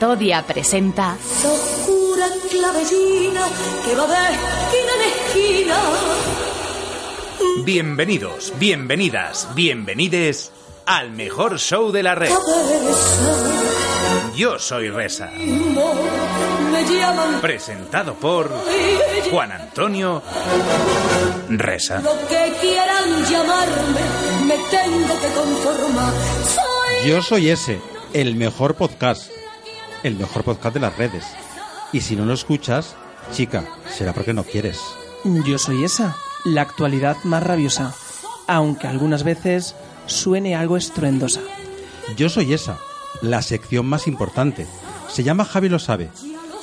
Melodia presenta La oscura clavellina que va de esquina en esquina. Bienvenidos, bienvenidas, bienvenides al mejor show de la red. Cabeza, Yo soy Reza, mismo, me llaman presentado por y Juan Antonio Reza. lo que quieran llamarme, me tengo que conformar. Soy Yo soy ese, el mejor podcast. El mejor podcast de las redes. Y si no lo escuchas, chica, será porque no quieres. Yo soy esa, la actualidad más rabiosa, aunque algunas veces suene algo estruendosa. Yo soy esa, la sección más importante. Se llama Javi lo sabe,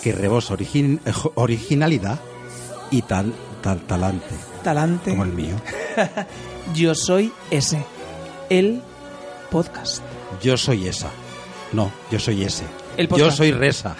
que rebosa origin- eh, jo- originalidad y tal, tal talante, Talante. como el mío. Yo soy ese, el podcast. Yo soy esa. No, yo soy ese. El yo podcast. soy Resa.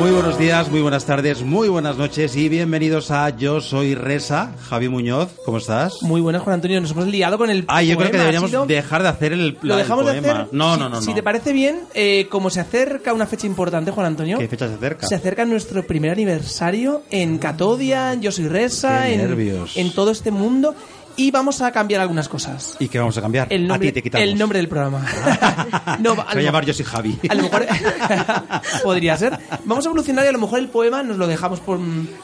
Muy buenos días, muy buenas tardes, muy buenas noches y bienvenidos a Yo soy Resa. Javi Muñoz, ¿cómo estás? Muy buenas, Juan Antonio, nos hemos liado con el Ah, yo creo que poema, ha deberíamos sido- dejar de hacer el, Lo el dejamos de poema. hacer. No, Si- no, no, Si no. te parece bien, eh, como se acerca una fecha importante, Juan Antonio, ¿Qué fecha se acerca? se acerca nuestro primer aniversario en Catodia, en Yo Soy Resa, Qué en, nervios. en todo este mundo y vamos a cambiar algunas cosas. ¿Y qué vamos a cambiar? El nombre, a ti te quitamos. el nombre del programa. no, Se va a llamar Yo soy Javi. a lo mejor podría ser. Vamos a evolucionar y a lo mejor el poema nos lo dejamos por.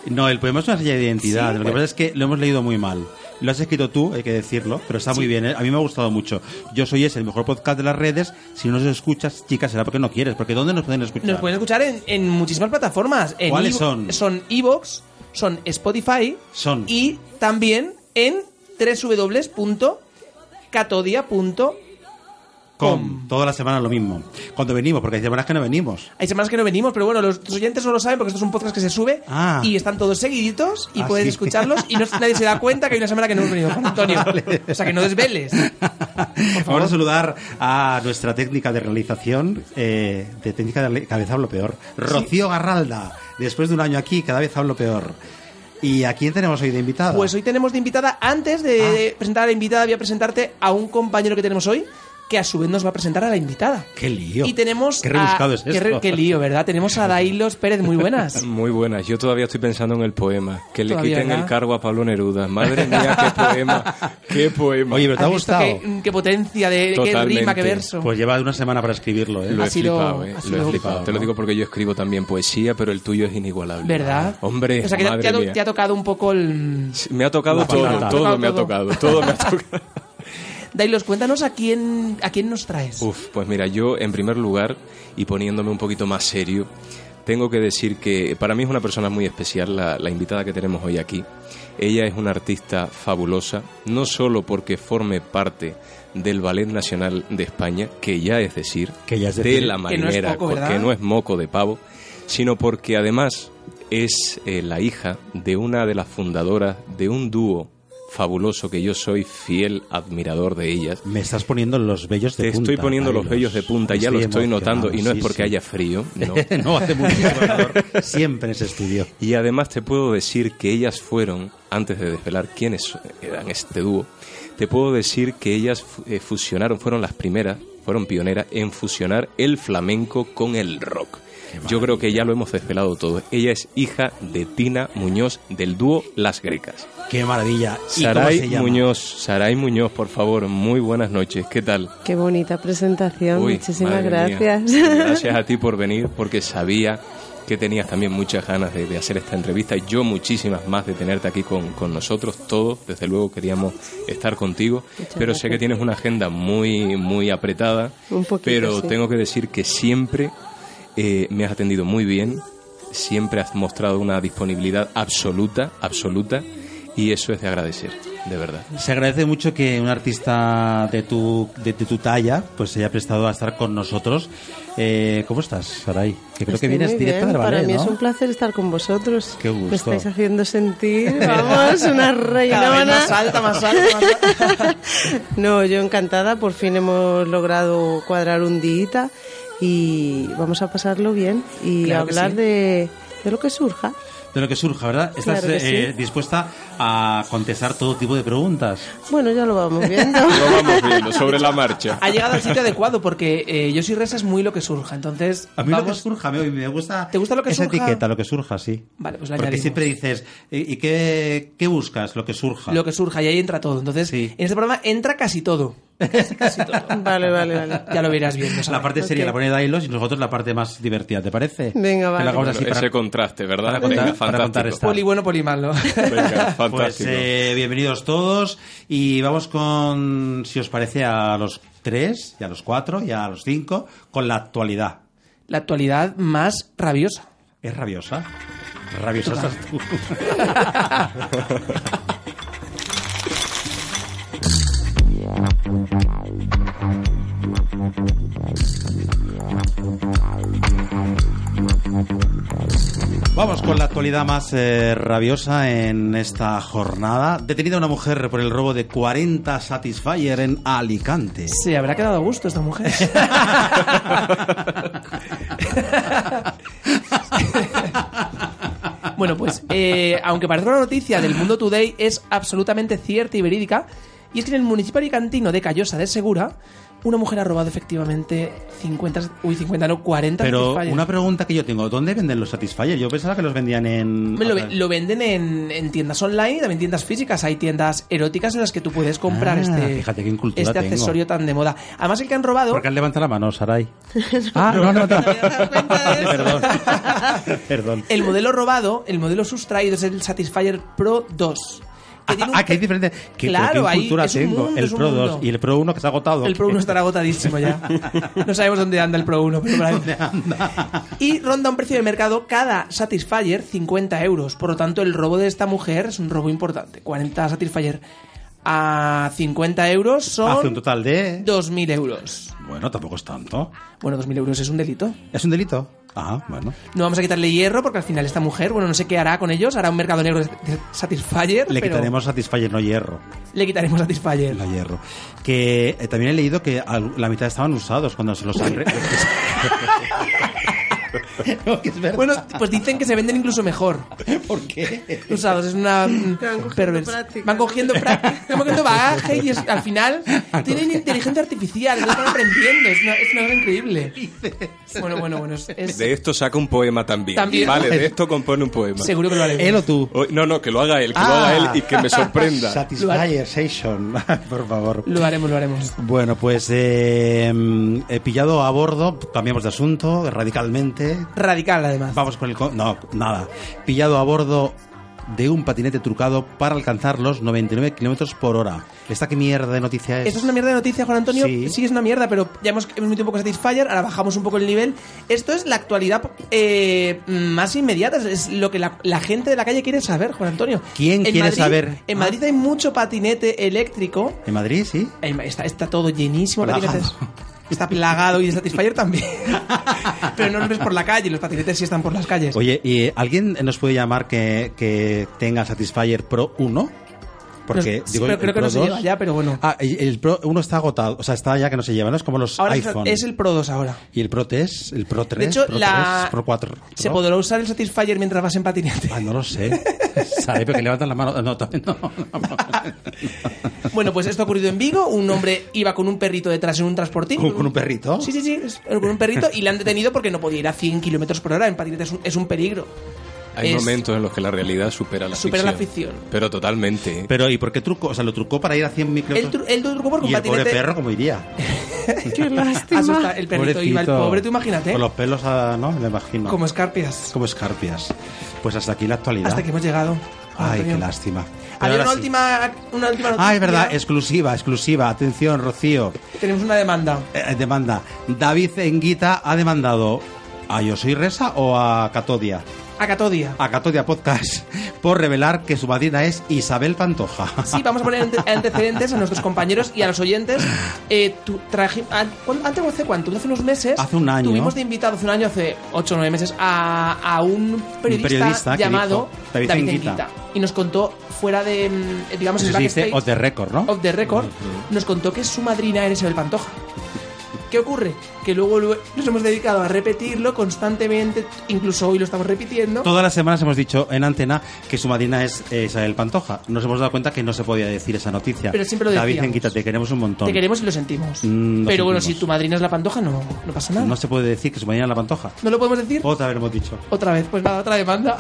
No, el poema es una señal de identidad. Sí, lo que pues. pasa es que lo hemos leído muy mal. Lo has escrito tú, hay que decirlo, pero está muy bien. ¿eh? A mí me ha gustado mucho. Yo soy ese, el mejor podcast de las redes. Si no nos escuchas, chicas, será porque no quieres. Porque ¿dónde nos pueden escuchar? Nos pueden escuchar en, en muchísimas plataformas. En ¿Cuáles Ivo- son? Son Evox, son Spotify Son. y también en www.catodia.com. Com. Toda la semana lo mismo. Cuando venimos, porque hay semanas que no venimos. Hay semanas que no venimos, pero bueno, los los oyentes no lo saben porque esto es un podcast que se sube Ah. y están todos seguiditos y Ah, pueden sí. escucharlos y no, nadie se da cuenta que hay una semana que no hemos venido, Juan Antonio. O sea, que no desveles. Vamos a saludar a nuestra técnica de realización, eh, de técnica de reali- cada vez hablo peor. Rocío Garralda, después de un año aquí, cada vez hablo peor. ¿Y a quién tenemos hoy de invitado? Pues hoy tenemos de invitada, antes Ah. de presentar a la invitada, voy a presentarte a un compañero que tenemos hoy, que a su vez nos va a presentar a la invitada. ¡Qué lío! Y tenemos. ¡Qué rebuscado a- es qué re- esto! Qué, lío, ¿verdad? Tenemos a Dailos Pérez, muy buenas. Muy buenas, yo todavía estoy pensando en el poema, que le Todavía, quiten ¿verdad? el cargo a Pablo Neruda. Madre mía, qué poema, qué poema. Oye, pero te ha ¿Has visto gustado. Qué, qué potencia, de, qué Totalmente. rima, qué verso. Pues lleva una semana para escribirlo, ¿eh? lo he ha sido- flipado, eh, ha lo sido- he flipado. flipado, Te lo ¿no? digo porque yo escribo también poesía, pero el tuyo es inigualable. ¿Verdad? Hombre, O sea, que te- madre te, ha, to- mía. te ha tocado un poco el. mm. Me ha tocado La todo, patata. todo, Te ha me ha tocado tocado, todo me ha tocado. Dailos, cuéntanos a quién, a quién nos traes. Uf, pues mira, yo en primer lugar, y poniéndome un poquito más serio, tengo que decir que para mí es una persona muy especial la, la invitada que tenemos hoy aquí. Ella es una artista fabulosa, no solo porque forme parte del Ballet Nacional de España, que ya es decir, Que ya es de decir. la Que no es marinera, poco, porque ¿verdad? no es moco de pavo, sino porque además es eh, la hija de una de las fundadoras de un dúo fabuloso que yo soy fiel admirador de ellas, Me estás poniendo los vellos de te punta. estoy poniendo los Carlos. vellos de punta, ya Estoy lo estoy emocionado, notando, y no sí, es porque sí. haya frío, no. no, hace muchísimo calor. Siempre en ese estudio. Y además te puedo decir que ellas fueron, antes de desvelar quiénes eran este dúo, te puedo decir que ellas fu- eh, fusionaron, fueron las primeras, fueron pioneras en fusionar el flamenco con el rock. Yo creo que ya lo hemos desvelado todo. Ella es hija de Tina Muñoz del dúo Las Grecas. ¡Qué maravilla! ¿Y cómo se Saray llama? Muñoz, Saray Muñoz, por favor, muy buenas noches. ¿Qué tal? Qué bonita presentación, Uy, muchísimas madre mía. gracias. Gracias a ti por venir, porque sabía que tenías también muchas ganas de, de hacer esta entrevista y yo muchísimas más de tenerte aquí con, con nosotros todos. Desde luego queríamos estar contigo, Muchas pero sé gracias. que tienes una agenda muy, muy apretada. Un poquito, pero sí. tengo que decir que siempre eh, me has atendido muy bien, siempre has mostrado una disponibilidad absoluta, absoluta, y eso es de agradecer, de verdad. Se agradece mucho que un artista de tu, de, de tu talla pues se haya prestado a estar con nosotros. Eh, ¿Cómo estás, Saray? Que creo que Estoy vienes muy directa bien, del ballet, Para mí ¿no? es un placer estar con vosotros. Qué gusto. Me estáis haciendo sentir, vamos, Cada una vez más reina. alta, más alta, más alta. No, yo encantada, por fin hemos logrado cuadrar un día y vamos a pasarlo bien y Claro que hablar sí. de, de lo que surja. de lo que surja, ¿verdad? Estás Claro que eh, sí. dispuesta a contestar todo tipo de preguntas. Bueno, ya lo vamos viendo. Lo vamos viendo sobre la marcha. Ha llegado al sitio adecuado porque eh, yo soy resa es muy lo que surja. Entonces, A mí lo que vamos- surja, me, me gusta, ¿Te gusta lo que esa surja? etiqueta, lo que surja, sí. Vale, pues la Porque añadimos. siempre dices, ¿y y qué, qué buscas? Lo que surja. lo que surja y ahí entra todo. Entonces, Sí. en este programa entra casi todo. Casi todo. Vale, vale, vale. Ya lo verás bien. la parte sería Ok. la poner de hilos y nosotros la parte más divertida, ¿te parece? Venga, Que vale. la hagamos así Bueno, para- Ese contraste, ¿verdad? para contar- Venga, para contar fantástico. esta. Poli bueno, poli malo. Venga, Pues fantástico. eh, bienvenidos todos y vamos con, si os parece, a los tres, y a los cuatro, y a los cinco, con la actualidad. La actualidad más rabiosa. ¿Es rabiosa? Rabiosa estás tú. Vamos con la actualidad más eh, rabiosa en esta jornada. Detenida una mujer por el robo de 40 Satisfyer en Alicante. Se habrá quedado a gusto esta mujer. bueno, pues eh, aunque parezca una noticia del Mundo Today, es absolutamente cierta y verídica. Y es que en el municipio alicantino de Callosa de Segura, una mujer ha robado efectivamente 50... Uy, 50 no, 40 Pero Satisfyer. una pregunta que yo tengo, ¿dónde venden los Satisfyer? Yo pensaba que los vendían en... Hombre, Lo, ve- lo venden en, en tiendas online y también tiendas físicas. Hay tiendas eróticas en las que tú puedes comprar Ah, este, fíjate qué incultura este tengo. accesorio tan de moda. Además, el que han robado... Porque han levantado la mano, Saray. ah, no, no, no. ¿Te das cuenta de eso? Perdón. Perdón. El modelo robado, el modelo sustraído es el Satisfyer Pro 2. que tiene un Ah, que es pe- diferente. Que, Claro, pero qué ahí cultura es un tengo. mundo, el es un Pro 2 mundo. y el Pro 1 que se ha agotado. El Pro 1 estará agotadísimo ya. No sabemos dónde anda el Pro 1, pero por ahí. Y ronda un precio de mercado cada Satisfyer 50 euros. Por lo tanto, el robo de esta mujer es un robo importante. 40 Satisfyer a 50 euros Hace un son total de... 2.000 euros. Bueno, tampoco es tanto. Bueno, 2.000 euros es un delito. ¿Es un delito? Ah, bueno. No vamos a quitarle hierro porque al final esta mujer, bueno, no sé qué hará con ellos. Hará un mercado negro de de Satisfyer. Le pero quitaremos Satisfyer, no hierro. Le quitaremos Satisfyer. La hierro. Que eh, también he leído que al- la mitad estaban usados cuando se los han... re- No, que es verdad. Bueno, pues dicen que se venden incluso mejor. ¿por qué? Usados, es una. mm, Van cogiendo pervers- práctica. Van cogiendo práctica, van cogiendo bagaje y es- al final tienen inteligencia artificial, entonces están aprendiendo. Es una, es una cosa increíble. Bueno, bueno, bueno. es- es- De esto saca un poema también. También. Vale, de esto compone un poema. seguro que lo haré. ¿Él o tú? O- No, no, que lo haga él, que lo Ah. haga él y que me sorprenda. Satisfyer Station, por favor. Lo haremos, lo haremos. Bueno, pues eh, mm, he pillado a bordo, cambiamos de asunto radicalmente. Radical, además. Vamos con el... co- No, nada. Pillado a bordo de un patinete trucado para alcanzar los 99 kilómetros por hora. ¿Esta qué mierda de noticia es? Esto es una mierda de noticia, Juan Antonio. Sí. Sí, es una mierda, pero ya hemos, hemos metido un poco Satisfyer, ahora bajamos un poco el nivel. Esto es la actualidad eh, más inmediata, es- es lo que la, la gente de la calle quiere saber, Juan Antonio. ¿Quién quiere Madrid- saber? En Madrid hay mucho patinete eléctrico. ¿En Madrid, sí? Ahí va, Em, Está, está todo llenísimo de Plagado. patinetes. Está plagado y de Satisfyer también. Pero no los ves por la calle, los patinetes sí están por las calles. Oye, ¿y eh, alguien nos puede llamar que, que tenga Satisfyer Pro 1? Porque No, Pues, sí, digo, pero el creo que Pro no se 2 lleva ya, pero bueno. Ah, y el Pro 1 está agotado, o sea, está ya que no se lleva, ¿no? Es como los ahora es- iPhone. es el Pro 2 ahora. ¿Y el Pro 3? ¿El Pro 3? De hecho, Pro la... 3, Pro 4. ¿no? se podrá usar el Satisfyer mientras vas en patinete. Ah, no lo sé. ¿Sabe? Pero que levantan la mano. No, también no. Bueno, pues esto ha ocurrido en Vigo. Un hombre iba con un perrito detrás en un transportín. ¿Con, con un perrito? Sí, sí, sí, es- con un perrito y le han detenido porque no podía ir a 100 kilómetros por hora. En patinete es un, es un peligro. Hay Es- momentos en los que la realidad supera la Supera la ficción. ficción. Pero totalmente. ¿eh? Pero, ¿y por qué trucó? O sea, lo trucó para ir a 100 El, micrófonos. tru- el truco porque un ¿Y el pobre patinete perro cómo iría? Qué lástima. asusta. El perrito iba, el Pobrecito. pobre, tú imagínate. Con los pelos, a, ¿no? Me imagino. Como escarpias. Como escarpias. Pues hasta aquí la actualidad. Hasta que hemos llegado. Ay, Antonio. qué lástima. Pero Había ahora una sí. última, una última noticia. Ah, es verdad, exclusiva, exclusiva. Atención, Rocío. Tenemos una demanda. Eh, demanda. David Enguita ha demandado a Yo Soy Resa o a Catodia. A Catodia. a Catodia Podcast por revelar que su madrina es Isabel Pantoja. Sí, vamos a poner ante- antecedentes a nuestros compañeros y a los oyentes. Eh, tú traji- an- ¿cuán- ¿Antes o hace cuánto? Hace unos meses. Hace un año. Tuvimos de invitado hace un año, hace 8 o 9 meses, a, a un periodista, periodista que llamado dijo, David Enguita. Y nos contó fuera de, mm, digamos, Eso el se dice backstage off the record, ¿no? of the record, nos contó que su madrina era Isabel Pantoja. ¿Qué ocurre? Que luego lue- nos hemos dedicado a repetirlo constantemente, incluso hoy lo estamos repitiendo. Todas las semanas hemos dicho en antena que su madrina es eh, Isabel Pantoja. Nos hemos dado cuenta que no se podía decir esa noticia. Pero siempre lo La Virgen, decíamos. quítate, queremos un montón. Te queremos y lo sentimos. Mm, lo Pero bueno, si sentimos. tu madrina es la pantoja, no, no pasa nada. No se puede decir que su madrina es la Pantoja. ¿No lo podemos decir? Otra vez lo hemos dicho. Otra vez, pues nada, otra demanda.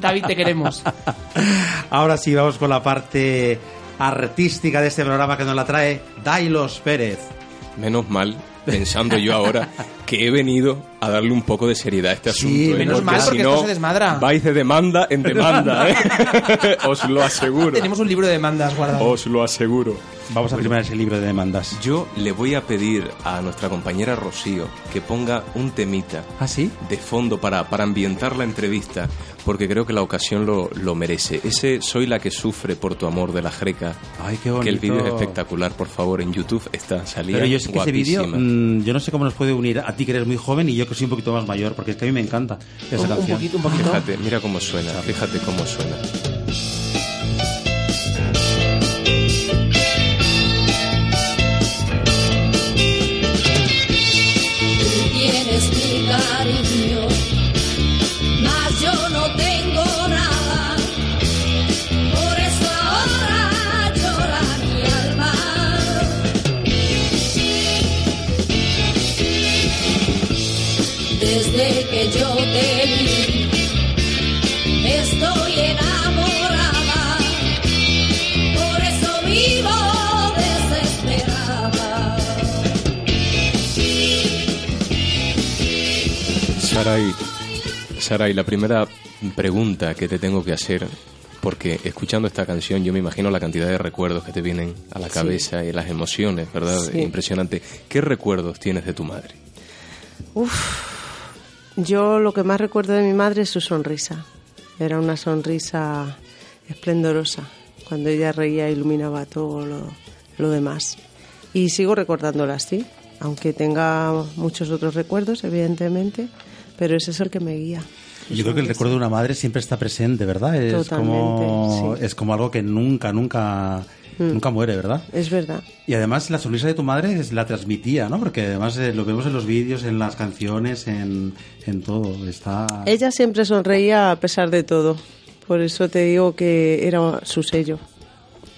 David, te queremos. Ahora sí, vamos con la parte artística de este programa que nos la trae Dailos Pérez. Menos mal, pensando yo ahora, que he venido a darle un poco de seriedad a este Sí, asunto. ¿eh? menos mal, porque si no, esto se desmadra. Vais de demanda en demanda, ¿eh? Os lo aseguro. Tenemos un libro de demandas guardado. Oh, Os lo aseguro. Vamos a firmar ese libro de demandas. Yo le voy a pedir a nuestra compañera Rocío que ponga un temita ¿Ah, sí? de fondo para, para ambientar la entrevista, porque creo que la ocasión lo, lo merece. Ese Soy la que sufre por tu amor de la Jereca. Ay, qué bonito. Que el vídeo es espectacular, por favor, en YouTube está salida. Pero yo sé que ese vídeo, guapísima. mm, yo no sé cómo nos puede unir a ti que eres muy joven y yo que soy un poquito más mayor, porque es que a mí me encanta esa Un- un, canción. poquito, un poquito. Fíjate, mira cómo suena, fíjate cómo suena. Tú tienes mi cariño, mas yo no tengo nada. Por eso ahora llora mi alma. Desde que yo te vi, estoy enamorada. Por eso vivo desesperada. Saray, Saray, la primera pregunta que te tengo que hacer, porque escuchando esta canción yo me imagino la cantidad de recuerdos que te vienen a la cabeza y las emociones, ¿verdad? Sí. Impresionante. ¿Qué recuerdos tienes de tu madre? Yo lo que más recuerdo de mi madre es su sonrisa. Era una sonrisa esplendorosa. Cuando ella reía iluminaba todo lo, lo demás. Y sigo recordándola así, aunque tenga muchos otros recuerdos, evidentemente, pero ese es el que me guía. Yo creo que el recuerdo de una madre siempre está presente, ¿verdad? Es Totalmente, como sí. Mm. es como algo que nunca, nunca, nunca muere, ¿verdad? Es verdad. Y además la sonrisa de tu madre es- la transmitía, ¿no? Porque además eh, lo vemos en los vídeos, en las canciones, en, en todo. Está. Ella siempre sonreía a pesar de todo. Por eso te digo que era su sello.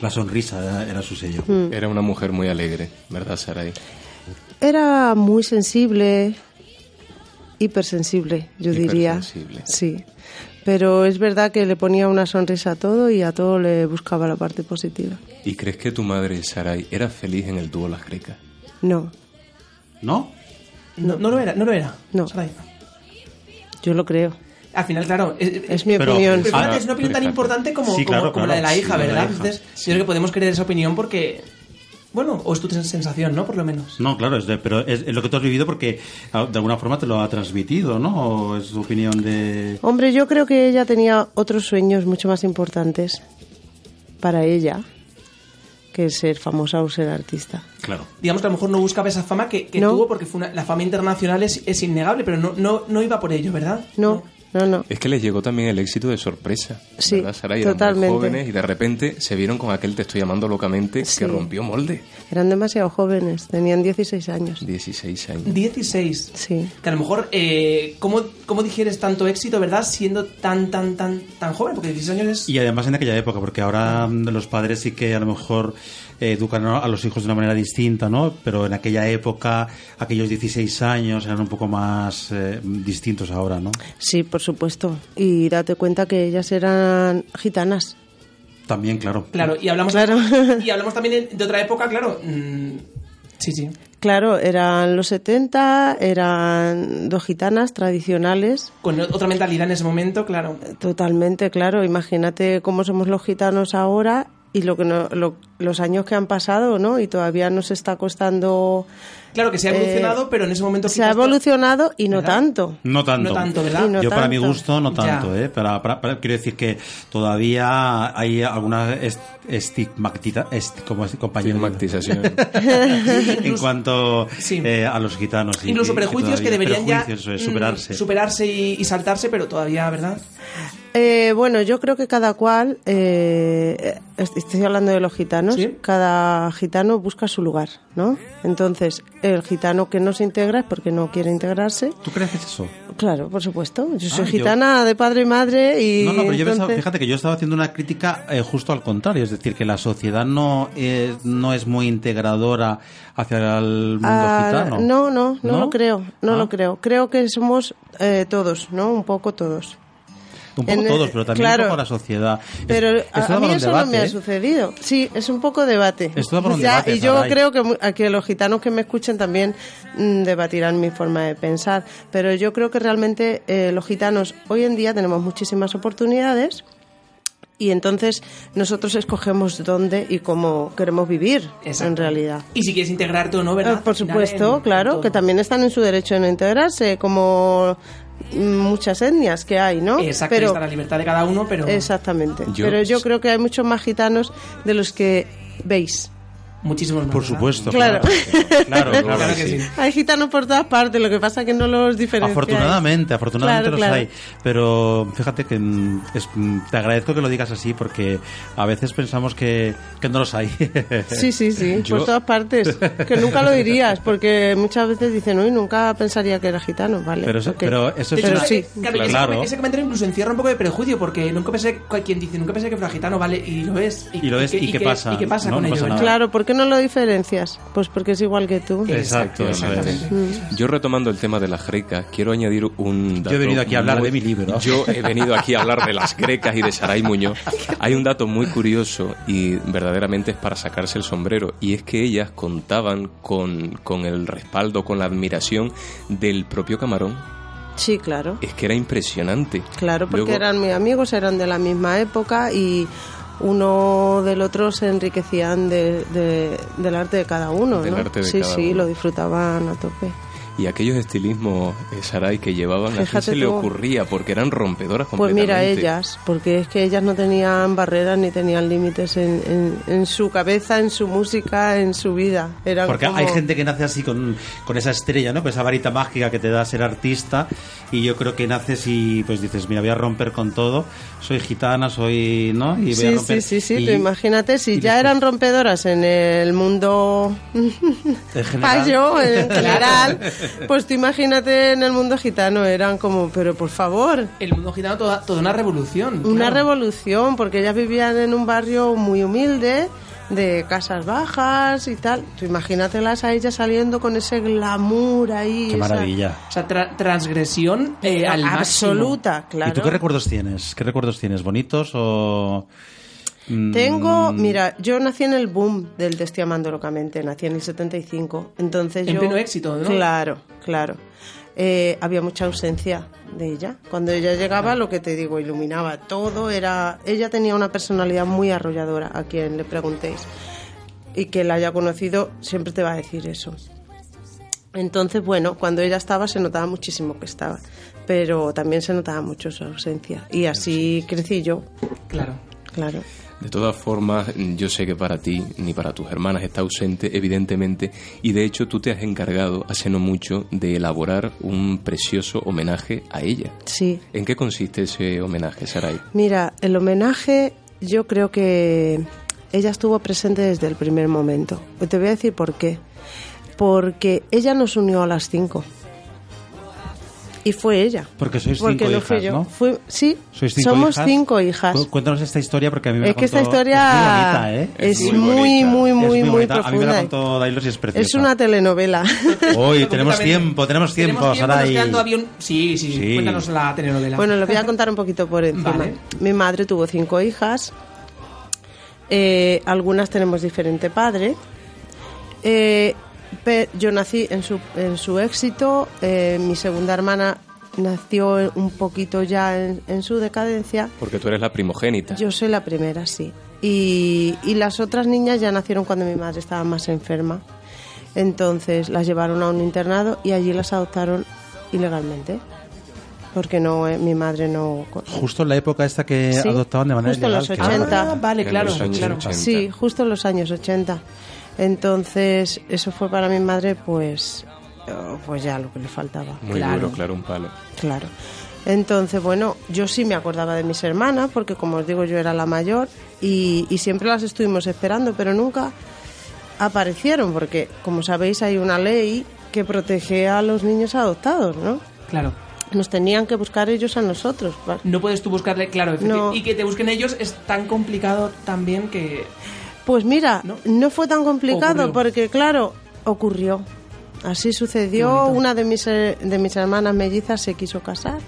La sonrisa era, era su sello. Mm. Hmm. Era una mujer muy alegre, ¿verdad, Saray? Era muy sensible, hipersensible, yo diría. Hipersensible. Sí. Pero es verdad que le ponía una sonrisa a todo y a todo le buscaba la parte positiva. ¿Y crees que tu madre, Saray, era feliz en el dúo Las Grecas? No, ¿No? No, no lo era, no lo era. No. Sarai. yo lo creo. Al final, claro, es, es- Es mi Pero- opinión. Pero fíjate, Ah, es una opinión tan fíjate. importante como, Sí, como- claro, como la de claro, la sí, hija, la de la ¿verdad? hija. Entonces, yo creo que podemos creer esa opinión porque, bueno, o es tu sensación, ¿no? Por lo menos. No, claro, es de- pero es, es lo que tú has vivido porque ah, de alguna forma te lo ha transmitido, ¿no? O es su opinión de. Hombre, yo creo que ella tenía otros sueños mucho más importantes para ella que ser famosa o ser artista. Claro. Digamos que a lo mejor no buscaba esa fama que, que No. tuvo porque fue una- la fama internacional es, es innegable, pero no, no, no iba por ello, ¿verdad? No, no, no. Es que les llegó también el éxito de sorpresa. Sí, ¿verdad, Saray? Eran muy totalmente. jóvenes y de repente se vieron con aquel Te estoy amando locamente Sí. que rompió molde. Eran demasiado jóvenes, tenían 16 años. 16 años. 16. Sí. Que a lo mejor, eh, ¿cómo, ¿cómo digieres tanto éxito, verdad? Siendo tan, tan, tan, tan joven, porque 16 años es... Y además en aquella época, porque ahora mm, los padres sí que a lo mejor eh, educan a a los hijos de una manera distinta, ¿no? Pero en aquella época, aquellos 16 años eran un poco más eh, distintos ahora, ¿no? Sí, por supuesto. Y date cuenta que ellas eran gitanas. También, claro. Claro, y hablamos, Claro. y hablamos también de, de otra época, claro. mm, sí, sí. Claro, eran los 70, eran dos gitanas tradicionales. Con otra mentalidad en ese momento, claro. Totalmente, claro. Imagínate cómo somos los gitanos ahora y lo que no- lo- los años que han pasado, ¿no? Y todavía nos está costando. Claro que se ha Eh, evolucionado, pero en ese momento... Se ha quizás- evolucionado y no ¿Verdad? tanto. No tanto. No tanto, ¿verdad? Y no Yo para mi tanto. gusto no Ya. tanto, ¿eh? Para- para- para- quiero decir que todavía hay alguna est- estigmatita, est- como es, compañero? Estigmatización. en cuanto Sí. eh, a los gitanos. y- Incluso y- y prejuicios que todavía- deberían ya prejuicios, eh, mm, superarse. superarse y, y saltarse, pero todavía, ¿verdad? Eh, bueno, yo creo que cada cual, eh, est- estoy hablando de los gitanos, Sí. cada gitano busca su lugar, ¿no? Entonces, el gitano que no se integra es porque no quiere integrarse. ¿Tú crees que es eso? Claro, por supuesto. Yo Ah, soy yo- gitana de padre y madre y... No, no, pero yo pensaba, entonces- fíjate que yo estaba haciendo una crítica eh, justo al contrario, es decir, que la sociedad no es, no es muy integradora hacia el mundo Ah, gitano. No, no, no, lo creo, no Ah, lo creo. Creo que somos eh, todos, ¿no? Un poco todos. Un poco En- todos, pero también claro. un poco la sociedad. Es- Pero esto a- da a, mí para un eso no me ha debate, ¿eh? sucedido. Sí, es un poco debate. Esto da para un Ya, debate, y yo Sarai. creo que, mu- a que los gitanos que me escuchen también mm, debatirán mi forma de pensar. Pero yo creo que realmente eh, los gitanos hoy en día tenemos muchísimas oportunidades y entonces nosotros escogemos dónde y cómo queremos vivir Exacto. en realidad. Y si quieres integrarte o no, Eh, ¿verdad? Por Al final, supuesto, en- claro, en todo. que también están en su derecho de no integrarse, como mm, muchas etnias que hay, ¿no? Exacto, Pero- está la libertad de cada uno, pero Exactamente. Yo- Pero yo creo que hay muchos más gitanos de los que veis. muchísimos más. Por ¿verdad? supuesto. Claro. Claro, claro, Claro sí. que sí. Hay gitanos por todas partes, lo que pasa que no los diferenciáis. Afortunadamente, afortunadamente Claro, los claro. hay. Pero fíjate que mm, es- mm, te agradezco que lo digas así porque a veces pensamos que, que no los hay. Sí, sí, sí, Yo- por todas partes. Que nunca lo dirías, porque muchas veces dicen, uy, nunca pensaría que era gitano, ¿vale? Pero eso- ok. pero eso es De hecho, Pero una- sí. claro, ese, Claro. come- ese comentario incluso encierra un poco de prejuicio, porque nunca pensé, cu- quien dice, nunca pensé que fuera gitano, vale, y lo es. Y lo es, ¿y qué pasa? ¿Y qué pasa No, con no ello? pasa nada. Claro, ¿por qué no lo diferencias? Pues porque es igual que tú. Exacto, eso es. Yo retomando el tema de las grecas, quiero añadir un dato. Yo he venido aquí a hablar de mi libro. Yo he venido aquí a hablar de las grecas y de Saray Muñoz. Hay un dato muy curioso y verdaderamente es para sacarse el sombrero, y es que ellas contaban con, con el respaldo, con la admiración del propio Camarón. Sí, claro. Es que era impresionante. Claro, porque Luego- eran mis amigos, eran de la misma época y uno del otro se enriquecían de- de- del arte de cada uno. Del ¿no? arte de sí, cada sí, uno. lo disfrutaban a tope. Y aquellos estilismos, eh, Saray, que llevaban, a quién Fíjate se le tú. ocurría, porque eran rompedoras Pues completamente. mira, ellas, porque es que ellas no tenían barreras ni tenían límites en, en- en su cabeza, en su música, en su vida. Eran Porque como- hay gente que nace así con, con esa estrella, ¿no? Con esa varita mágica que te da ser artista. Y yo creo que naces y pues dices, mira, voy a romper con todo. Soy gitana, soy, ¿no? Y voy a Sí, sí, romper. sí, sí, Y tú imagínate, si y ya después- eran rompedoras en el mundo en general- payo Ah, en general, pues tú imagínate en el mundo gitano, eran como, pero por favor, El mundo gitano, toda, toda una revolución. una claro. revolución, porque ellas vivían en un barrio muy humilde, de casas bajas y tal. Tú imagínatelas a ellas saliendo con ese glamour ahí. Qué esa- maravilla. O sea, tra- transgresión eh, al máximo. absoluta, claro. ¿Y tú qué recuerdos tienes? ¿Qué recuerdos tienes? ¿Bonitos o...? mm, Tengo, mira, yo nací en el boom del Te estoy amando locamente, nací en el 75. Entonces En yo. pleno éxito, ¿no? Claro, claro. Eh, había mucha ausencia de ella. Cuando ella llegaba, lo que te digo, iluminaba todo. Era, ella tenía una personalidad muy arrolladora, a quien le preguntéis. Y que la haya conocido siempre te va a decir eso. Entonces, bueno, cuando ella estaba se notaba muchísimo que estaba, pero también se notaba mucho su ausencia. Y así crecí yo, Claro. claro. De todas formas, yo sé que para ti ni para tus hermanas está ausente, evidentemente, y de hecho tú te has encargado hace no mucho de elaborar un precioso homenaje a ella. Sí, ¿En qué consiste ese homenaje, Saray? Mira, el homenaje yo creo que ella estuvo presente desde el primer momento. Y Te voy a decir por qué. Porque ella nos unió a las cinco. Y fue ella. Porque sois Porque cinco no hijas, fui yo. ¿no? Fui- sí, ¿Sois cinco somos hijas? cinco hijas. Cu- Cuéntanos esta historia porque a mí me la Es que esta contó- historia Es muy bonita, ¿eh? es Es muy muy, bonita. muy, Es muy, muy bonita. A mí me la profunda. contó Dailos y es preciosa. Es una telenovela. Hoy tenemos tiempo, tenemos tiempo, Saray. Nos quedan todavía un- Sí, sí, sí, Sí. Cuéntanos la telenovela. Bueno, les voy a contar un poquito por encima. Vale. Mi madre tuvo cinco hijas. Eh, algunas tenemos diferente padre. Eh, pe- yo nací en su, en su éxito. Eh, mi segunda hermana nació un poquito ya en, en su decadencia. Porque tú eres la primogénita. Yo soy la primera, sí. Y, y las otras niñas ya nacieron cuando mi madre estaba más enferma. Entonces las llevaron a un internado y allí las adoptaron ilegalmente. Porque no, eh, mi madre no... Justo en la época esta que Sí, adoptaban de manera justo en ilegal, los que- 80. Ah, vale, En claro, los años claro. 80. Sí, justo en los años 80. Entonces eso fue para mi madre pues, eh, pues ya lo que le faltaba. Muy claro, duro, claro, un palo. Claro. Entonces, bueno, yo sí me acordaba de mis hermanas, porque como os digo, yo era la mayor y, y siempre las estuvimos esperando, pero nunca aparecieron, porque como sabéis hay una ley que protege a los niños adoptados, ¿no? Claro. Nos tenían que buscar ellos a nosotros. ¿vale? No puedes tú buscarle, claro. es decir, No. Y que te busquen ellos es tan complicado también que... Pues mira, ¿No? no, fue tan complicado Ocurrió. porque, claro, ocurrió. Así Qué sucedió. bonito. Una de mis, eh, de mis hermanas mellizas se quiso casar,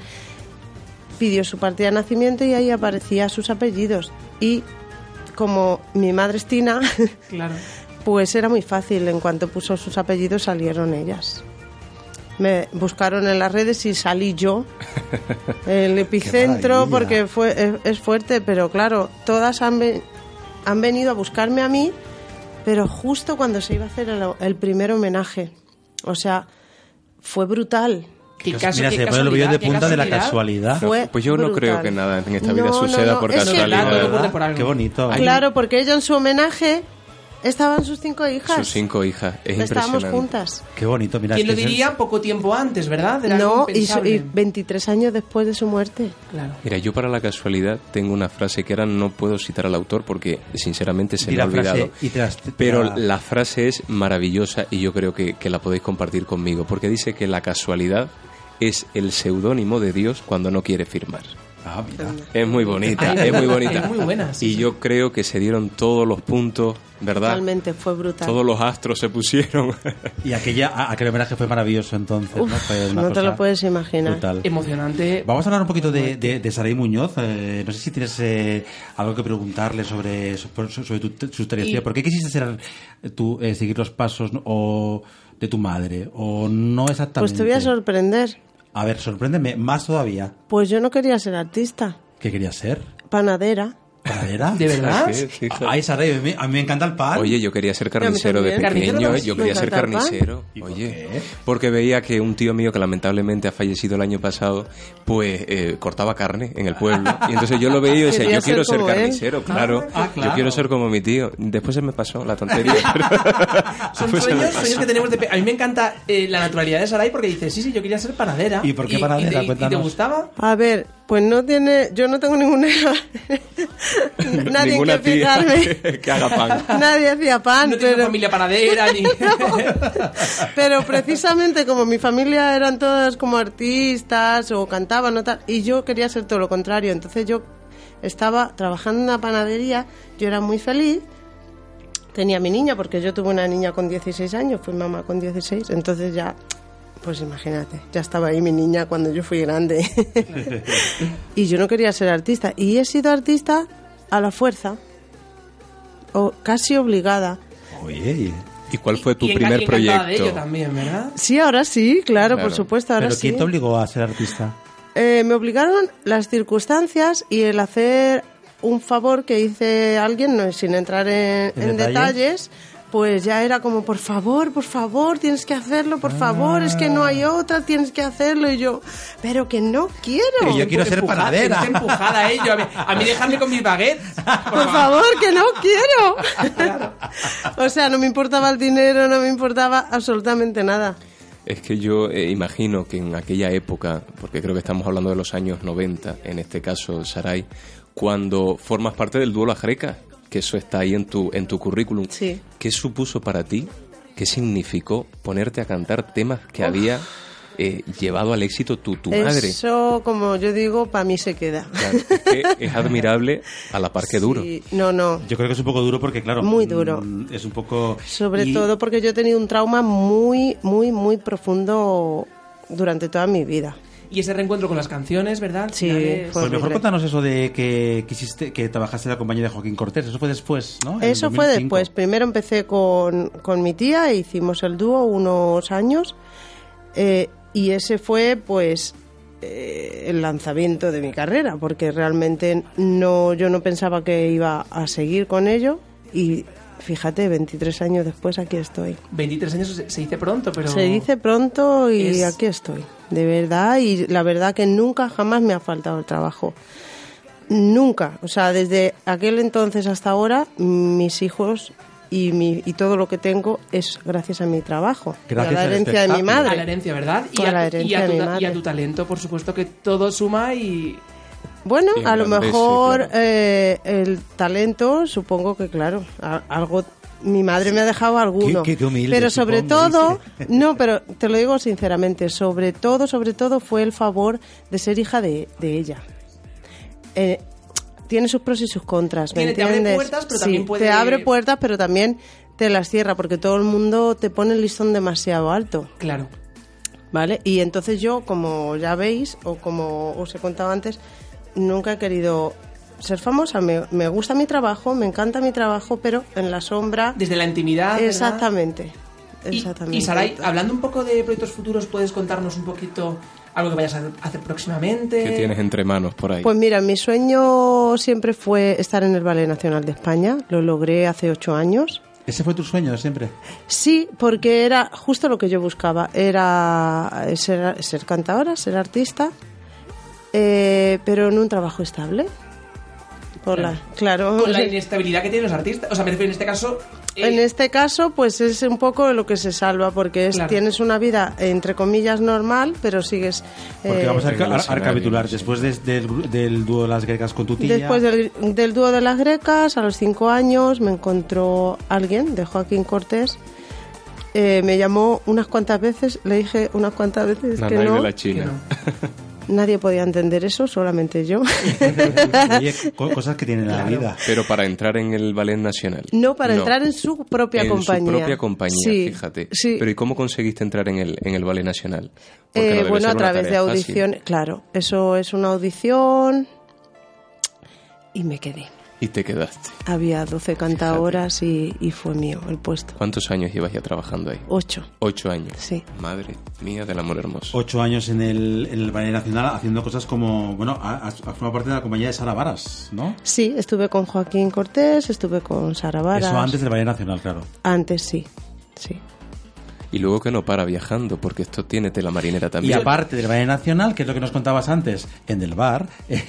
pidió su partida de nacimiento y ahí aparecía sus apellidos. Y como mi madre es Tina, Claro. pues era muy fácil. En cuanto puso sus apellidos salieron ellas. Me buscaron en las redes y salí yo, el epicentro, maravilla. porque fue, es, es fuerte, pero claro, todas han, ve- han venido a buscarme a mí, pero justo cuando se iba a hacer el, el primer homenaje. O sea, fue brutal. Qué Dios, caso, mira, qué se me pone el vello de casualidad, qué punta de la casualidad. casualidad. Fue pues yo no brutal. creo que nada en esta vida suceda por es que- casualidad, Todo ¿verdad? ocurre por algo. Qué bonito. Hay- Claro, porque ella en su homenaje estaban sus cinco hijas. Sus cinco hijas. Es Estábamos impresionante. juntas. Qué bonito, mira. ¿Quién es lo que es- diría poco tiempo antes, verdad? Era No, algo y, su- y impensable. 23 años después de su muerte. Claro. Mira, yo para la casualidad tengo una frase que ahora no puedo citar al autor porque sinceramente se Di me ha la frase olvidado. y te las- te- Pero te la- la frase es maravillosa y yo creo que, que la podéis compartir conmigo porque dice que la casualidad es el seudónimo de Dios cuando no quiere firmar. Ah, mira. Es muy bonita, Ay, es muy bonita. es muy buena, sí, y sí. yo creo que se dieron todos los puntos, ¿verdad? Totalmente, fue brutal. Todos los astros se pusieron. Y aquella, a- aquel homenaje fue maravilloso entonces. Uf, ¿no? Fue una no te cosa lo puedes imaginar. brutal. Emocionante. Vamos a hablar un poquito de, de, de Saray Muñoz. Eh, no sé si tienes eh, algo que preguntarle sobre, sobre, sobre tu, su trayectoria. Y- ¿Por qué quisiste ser, eh, tú, eh, seguir los pasos ¿no? o de tu madre? ¿O no exactamente? Pues te voy a sorprender. A ver, sorpréndeme más todavía. Pues yo no quería ser artista, ¿Qué querías ser? panadera. ¿Panadera? ¿De verdad? Sí, sí, sí. Ay, Saray, a mí, a mí me encanta el pan. Oye, yo quería ser mí carnicero de Ah. también. pequeño, ¿Carnicero? ¿eh? yo Me quería ser encanta el pan. carnicero. ¿Y por Oye, qué? porque veía que un tío mío que lamentablemente ha fallecido el año pasado, pues eh, cortaba carne en el pueblo. Y entonces yo lo veía y decía, Quería yo quiero ser ser como él. carnicero, claro. Ah, claro. Yo quiero ser como mi tío. Después se me pasó la tontería. Ah, Son Después se me sueños, pasó. sueños que tenemos de... pe- A mí me encanta eh, la naturalidad de Sarai porque dice, sí, sí, yo quería ser panadera. ¿Y por qué panadera? y te- y- y te Cuéntanos. gustaba? A ver, pues no tiene, yo no tengo ninguna, nadie en Ninguna que tía fijarme. que haga pan. Nadie hacía pan, No tiene Ah, pero, familia panadera ni... pero precisamente como mi familia eran todas como artistas o cantaban o tal, y yo quería ser todo lo contrario. Entonces yo estaba trabajando en una panadería, yo era muy feliz, tenía a mi niña, porque yo tuve una niña con 16 años, fui mamá con 16, entonces ya, pues imagínate, ya estaba ahí mi niña cuando yo fui grande. y yo no quería ser artista, y he sido artista a la fuerza, o casi obligada. Oye, ¿Y cuál fue tu Y enca- primer y encantada de ello proyecto? también, ¿verdad? Sí, ahora sí, claro, por Claro. supuesto, ahora ¿pero sí. quién te obligó a ser artista? Eh, me obligaron las circunstancias y el hacer un favor que hice a alguien, no, sin entrar en, ¿En en detalles? detalles, pues ya era como, por favor, por favor, tienes que hacerlo, por favor, es que no hay Ah. otra, tienes que hacerlo. Y yo, pero que no quiero. Que yo quiero ser Empujada, panadera. está empujada a ello. A mí, a mí dejarme con mis baguettes. Por favor, que no quiero. o sea, no me importaba el dinero, no me importaba absolutamente nada. Es que yo eh, imagino que en aquella época, porque creo que estamos hablando de los años 90, en este caso Sarai, cuando formas parte del duelo Ajreca, que eso está ahí en tu, en tu currículum, Sí. ¿qué supuso para ti? ¿Qué significó ponerte a cantar temas que había eh, llevado al éxito tu, tu madre? Eso, como yo digo, para mí se queda. Claro, es, que es admirable a la par que duro. Sí, no, no. Yo creo que es un poco duro porque, claro. Muy duro. mm, Es un poco. Sobre y- todo porque yo he tenido un trauma muy, muy, muy profundo durante toda mi vida. Y ese reencuentro con las canciones, ¿verdad? Al Sí, final es- fue- Pues mejor horrible. contanos eso de que quisiste que trabajaste en la compañía de Joaquín Cortés. Eso fue después, ¿no? En Eso fue 2005. después. Primero empecé con, con mi tía e hicimos el dúo unos años. eh, y ese fue, pues, eh, el lanzamiento de mi carrera, porque realmente no, yo no pensaba que iba a seguir con ello. Y fíjate, 23 años después aquí estoy. 23 años se, se dice pronto, pero... Se dice pronto y Es- aquí estoy, de verdad, y la verdad que nunca jamás me ha faltado el trabajo. Nunca, o sea, desde aquel entonces hasta ahora, mis hijos y, mi, y todo lo que tengo es gracias a mi trabajo, Gracias y a la al herencia de mi espectáculo. madre. A la herencia, ¿verdad? Y A a, la tu- herencia y a de tu, mi ta- y madre. a tu talento, por supuesto, que todo suma y... Bueno, Y en a lo Bangladesh, sí, mejor claro. eh, el talento, supongo que claro, a- algo mi madre me ha dejado alguno. Qué- qué- qué humilde, pero sobre supongo, todo, no, pero te lo digo sinceramente, sobre todo, sobre todo fue el favor de ser hija de, de ella. Eh, tiene sus pros y sus contras, ¿me Tiene- te abre entiendes? puertas, pero Sí, también puede- te abre puertas, pero también te las cierra porque todo el mundo te pone el listón demasiado alto. Claro. ¿Vale? Y entonces yo, como ya veis, o como os he contado antes, nunca he querido ser famosa. Me, me gusta mi trabajo, me encanta mi trabajo, pero en la sombra. Desde la intimidad. ¿verdad? exactamente. Y- Exactamente. Y, Saray, hablando un poco de proyectos futuros, ¿puedes contarnos un poquito algo que vayas a hacer próximamente? ¿Qué tienes entre manos por ahí? Pues mira, mi sueño siempre fue estar en el Ballet Nacional de España. Lo logré hace ocho años. Ese fue tu sueño siempre. Sí, porque era justo lo que yo buscaba. Era ser, ser cantadora, ser artista, eh, pero en un trabajo estable. Por la- claro. Con la inestabilidad que tienen los artistas. O sea, me refiero en este caso... eh, En este caso, pues es un poco lo que se salva, porque es, Claro. tienes una vida, entre comillas, normal, pero sigues... Porque eh, vamos a, Tengo a- a escenario, recapitular. sí. Después de- del, gru- del dúo de las grecas con tu tía. Después del, del dúo de las grecas, a los cinco años, me encontró alguien de Joaquín Cortés. eh, me llamó unas cuantas veces, le dije unas cuantas veces que Nanay no. de la China. que no. Nadie podía entender eso, solamente yo. pues, Oye, co- cosas que tiene la vida. Pero para entrar en el Ballet Nacional. No, para entrar en su propia en compañía. su propia compañía, Sí, fíjate. sí. Pero ¿y cómo conseguiste entrar en el, en el Ballet Nacional? Porque Eh, no debe bueno, ser a una través de tarea fácil. audición, claro. Eso es una audición. Y me quedé. Y te quedaste. Había 12 cantadoras y, y fue mío el puesto. ¿Cuántos años llevas ya trabajando ahí? Ocho. Ocho años. Sí. Madre mía del amor hermoso. Ocho años en el, en el Ballet Nacional haciendo cosas como. Bueno, has has formado parte de la compañía de Sara Varas, ¿no? Sí, estuve con Joaquín Cortés, estuve con Sara Varas. Eso antes del Ballet Nacional, claro. Antes, sí. Sí. Y luego que no para viajando, porque esto tiene tela marinera Y también. aparte del Ballet Nacional, que es lo que nos contabas antes, en el bar. eh,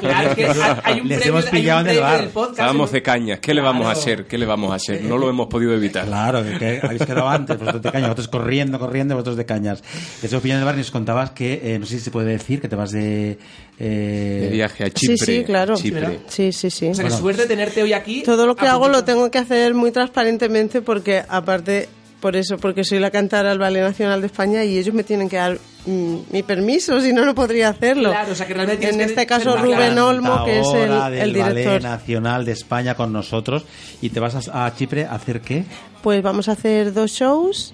Claro, es que hay un Les premio, hemos hay un pillado en el premio bar. del podcast. Vamos de cañas, ¿qué le vamos a Claro. hacer? ¿Qué le vamos a hacer? No lo hemos podido evitar. Claro, que, que habéis quedado antes, vosotros de cañas, vosotros corriendo, corriendo, vosotros de cañas. Les hemos pillado en el bar y nos contabas que, eh, no sé si se puede decir, que te vas de... eh, De viaje a Chipre. sí, sí, claro. Chipre. Sí, sí, sí. O sea, que suerte tenerte hoy aquí. Todo lo que a hago punto- lo tengo que hacer muy transparentemente porque aparte por eso, porque soy la cantadora del Ballet Nacional de España y ellos me tienen que dar mm, mi permiso, si no, no podría hacerlo. Claro, o sea, que realmente tienes en que este ser caso la Rubén cantadora Olmo, que es el, Ahora del el Ballet director. Nacional de España con nosotros. ¿Y te vas a, a Chipre a hacer qué? Pues vamos a hacer dos shows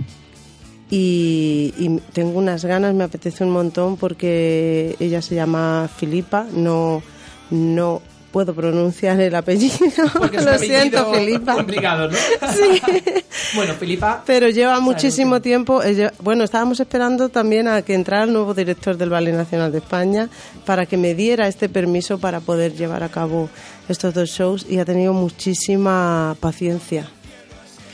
y, y tengo unas ganas, me apetece un montón porque ella se llama Filipa, no, no puedo pronunciar el apellido, porque es un lo apellido siento Filipa. complicado, ¿no? Bueno, Filipa, Pero lleva muchísimo tiempo. eh, lle- Bueno, estábamos esperando también a que entrara el nuevo director del Ballet Nacional de España para que me diera este permiso para poder llevar a cabo estos dos shows y ha tenido muchísima paciencia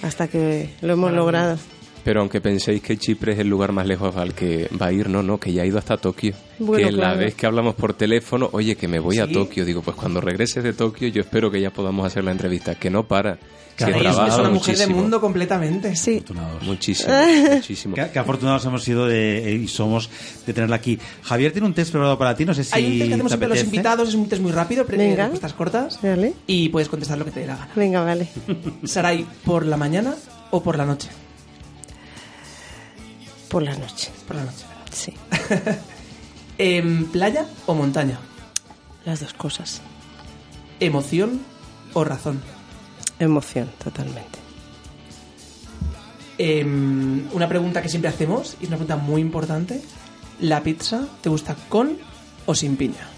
hasta que lo hemos logrado. Pero aunque penséis que Chipre es el lugar más lejos al que va a ir, no, no, que ya ha ido hasta Tokio. Bueno, que la claro. vez que hablamos por teléfono, oye, que me voy a Sí. Tokio, digo, pues cuando regreses de Tokio yo espero que ya podamos hacer la entrevista, que no para, Claro, que es, es trabaja una mujer de muchísimo, mundo completamente. Sí, muchísimo, muchísimo. Qué, qué afortunados hemos sido de, eh, y somos de tenerla aquí. Javier tiene un test preparado para ti, no sé si Hay un test que hacemos te siempre a los apetece. invitados, es un test muy rápido, pero Venga. respuestas cortas. Dale. Y puedes contestar lo que te dé la gana. venga, vale. Saray, ¿por la mañana o por la noche? Por la noche, Por la noche. sí. Em, ¿Playa o montaña? Las dos cosas. ¿Emoción o razón? Emoción, totalmente. Em, una pregunta que siempre hacemos, y es una pregunta muy importante. ¿La pizza te gusta con o sin piña?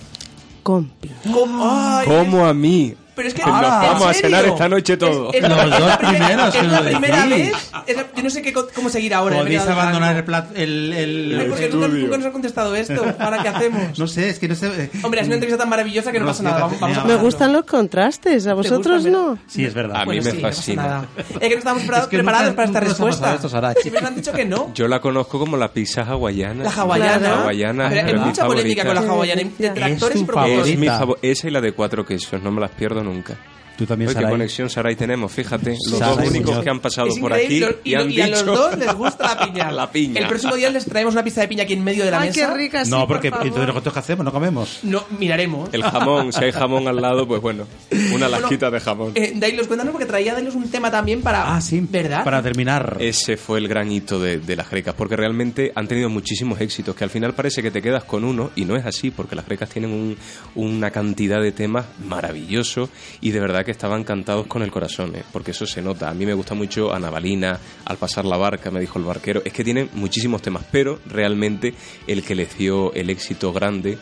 Compi. Ay, Como a mí. Pero es que Nos Ah, ¿en vamos a serio? cenar esta noche todos. Es, es la- Los dos es la primera- primeros que es la lo primera decís. vez. es la- yo no sé qué, co- cómo seguir ahora. he Podéis venido a- abandonar el, plat- el, el- Ay, porque nunca, estudio. nunca nos ha contestado esto. ¿Ahora qué hacemos? No sé, es que no sé... Hombre, es una entrevista tan maravillosa que no pasa Rocío, nada. te Vamos, tenía- vamos Me avanzando. gustan los contrastes, a vosotros Ah, gustan, no. Sí, es verdad. A mí Bueno, me sí, no pasa fascina. nada. Es que no estamos Es que preparados nunca- nunca para esta nos ha respuesta. pasado esto, Saray. Siempre nos han dicho que no. Yo la conozco como la pizza hawaiana. La hawaiana. La hawaiana Pero es hay mi mucha polémica favorita. con la hawaiana. hay Es Detractores tu y Es proponedores. mi favorita. favo- esa y la de cuatro quesos, no me las pierdo nunca. Tú también, Oye, qué Saray. conexión Saray tenemos, fíjate. Los Saray, dos únicos señor. que han pasado Es por aquí increíble, y, y, han y dicho... a los dos les gusta la piña. La piña. El próximo día les traemos una pizza de piña aquí en medio de la Ay, mesa. qué rica, sí, No, porque por favor. entonces nosotros qué hacemos, no comemos. No, miraremos. El jamón, si hay jamón al lado, pues bueno, una Bueno, lasquita de jamón. Eh, Dailos, cuéntanos porque traía Dailos un tema también para. Ah, sí. ¿Verdad? Para terminar. Ese fue el gran hito de, de las grecas, porque realmente han tenido muchísimos éxitos, que al final parece que te quedas con uno, y no es así, porque las grecas tienen un- una cantidad de temas maravillosos, y de verdad que estaban cantados con el corazón, ¿eh? porque eso se nota. A mí me gusta mucho Ana Balina, Al pasar la barca, me dijo el barquero, es que tienen muchísimos temas, pero realmente el que les dio el éxito grande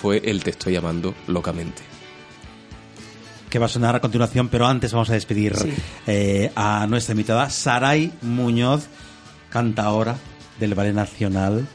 fue el Te estoy llamando locamente. que va a sonar a continuación, pero antes vamos a despedir Sí. eh, a nuestra invitada Saray Muñoz, cantaora del Ballet Nacional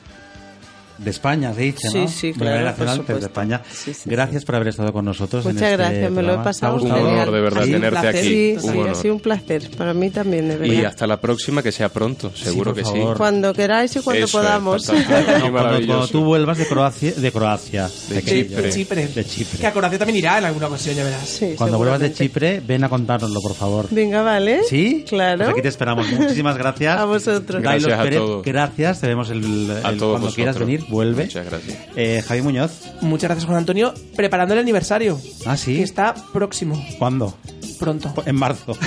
de España, se dice, Sí, ¿no? sí, Del claro, Ballet por Nacional pero de supuesto. España. Sí, sí, gracias por haber estado con nosotros. en Muchas este gracias, me lo programa. he ¿Te ha pasado Un gustado? genial. honor de verdad Sí, un tenerte placer. aquí. Sí, un sí, ha honor. sido un placer. Para mí también, de Y verdad. hasta la próxima, que sea pronto, seguro por que favor. sí. Cuando queráis y cuando Eso es, podamos. fantástico. No, Qué cuando, cuando maravilloso. tú vuelvas de Croacia, de Croacia, De pequeño. de, Chipre. de Chipre. De Chipre. Que a Croacia también irá en alguna ocasión, ya verás. Sí, Cuando vuelvas de seguramente. Chipre, ven a contárnoslo, por favor. Venga, vale. ¿Sí? Claro. Pues aquí te esperamos. Muchísimas gracias. A vosotros. Dailos Gracias a Pérez, todos. Gracias. Te vemos el, el- A cuando todos quieras vosotros. venir. Vuelve. Muchas gracias. Eh, Javi Muñoz, Muchas gracias, Juan Antonio. Preparando el aniversario. Ah, ¿sí? Que está próximo, ¿cuándo? pronto. En marzo.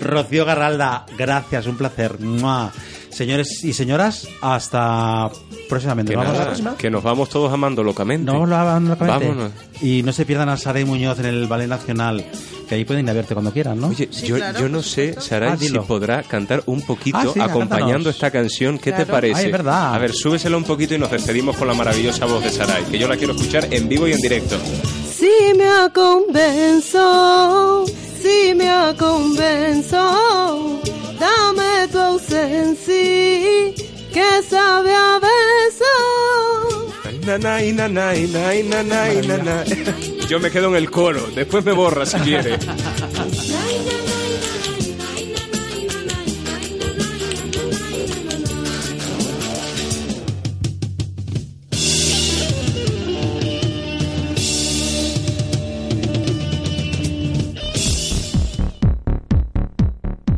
Rocío Garralda, gracias, un placer. ¡Mua! Señores y señoras, hasta próximamente. Que, Vamos nada, a- que nos vamos todos amando locamente. No, lo hagan locamente. Vámonos. Y no se pierdan a Sara y Muñoz en el Ballet Nacional, que ahí pueden ir a verte cuando quieran, ¿no? Oye, Sí, yo, claro, yo no por sé, supuesto. Saray, Ah, si dilo. podrá cantar un poquito Ah, sí, acompañando cántanos. esta canción. ¿Qué te Claro. parece? Ah, es verdad. A ver, súbesela un poquito y nos despedimos con la maravillosa voz de Saray, que yo la quiero escuchar en vivo y en directo. Si me convenzo, si me convenzo, dame tu ausencia que sabe a beso. Na, na, y na, na, y na, y na, na, y na, na. Yo me quedo en el coro, después me borra si quiere.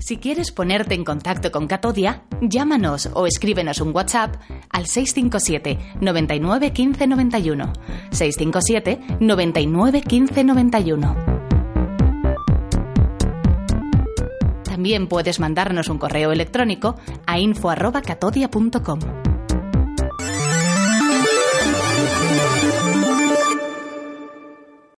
Si quieres ponerte en contacto con Catodia, llámanos o escríbenos un WhatsApp al 657 99 15 91. 657 99 15 91. También puedes mandarnos un correo electrónico a info.catodia.com.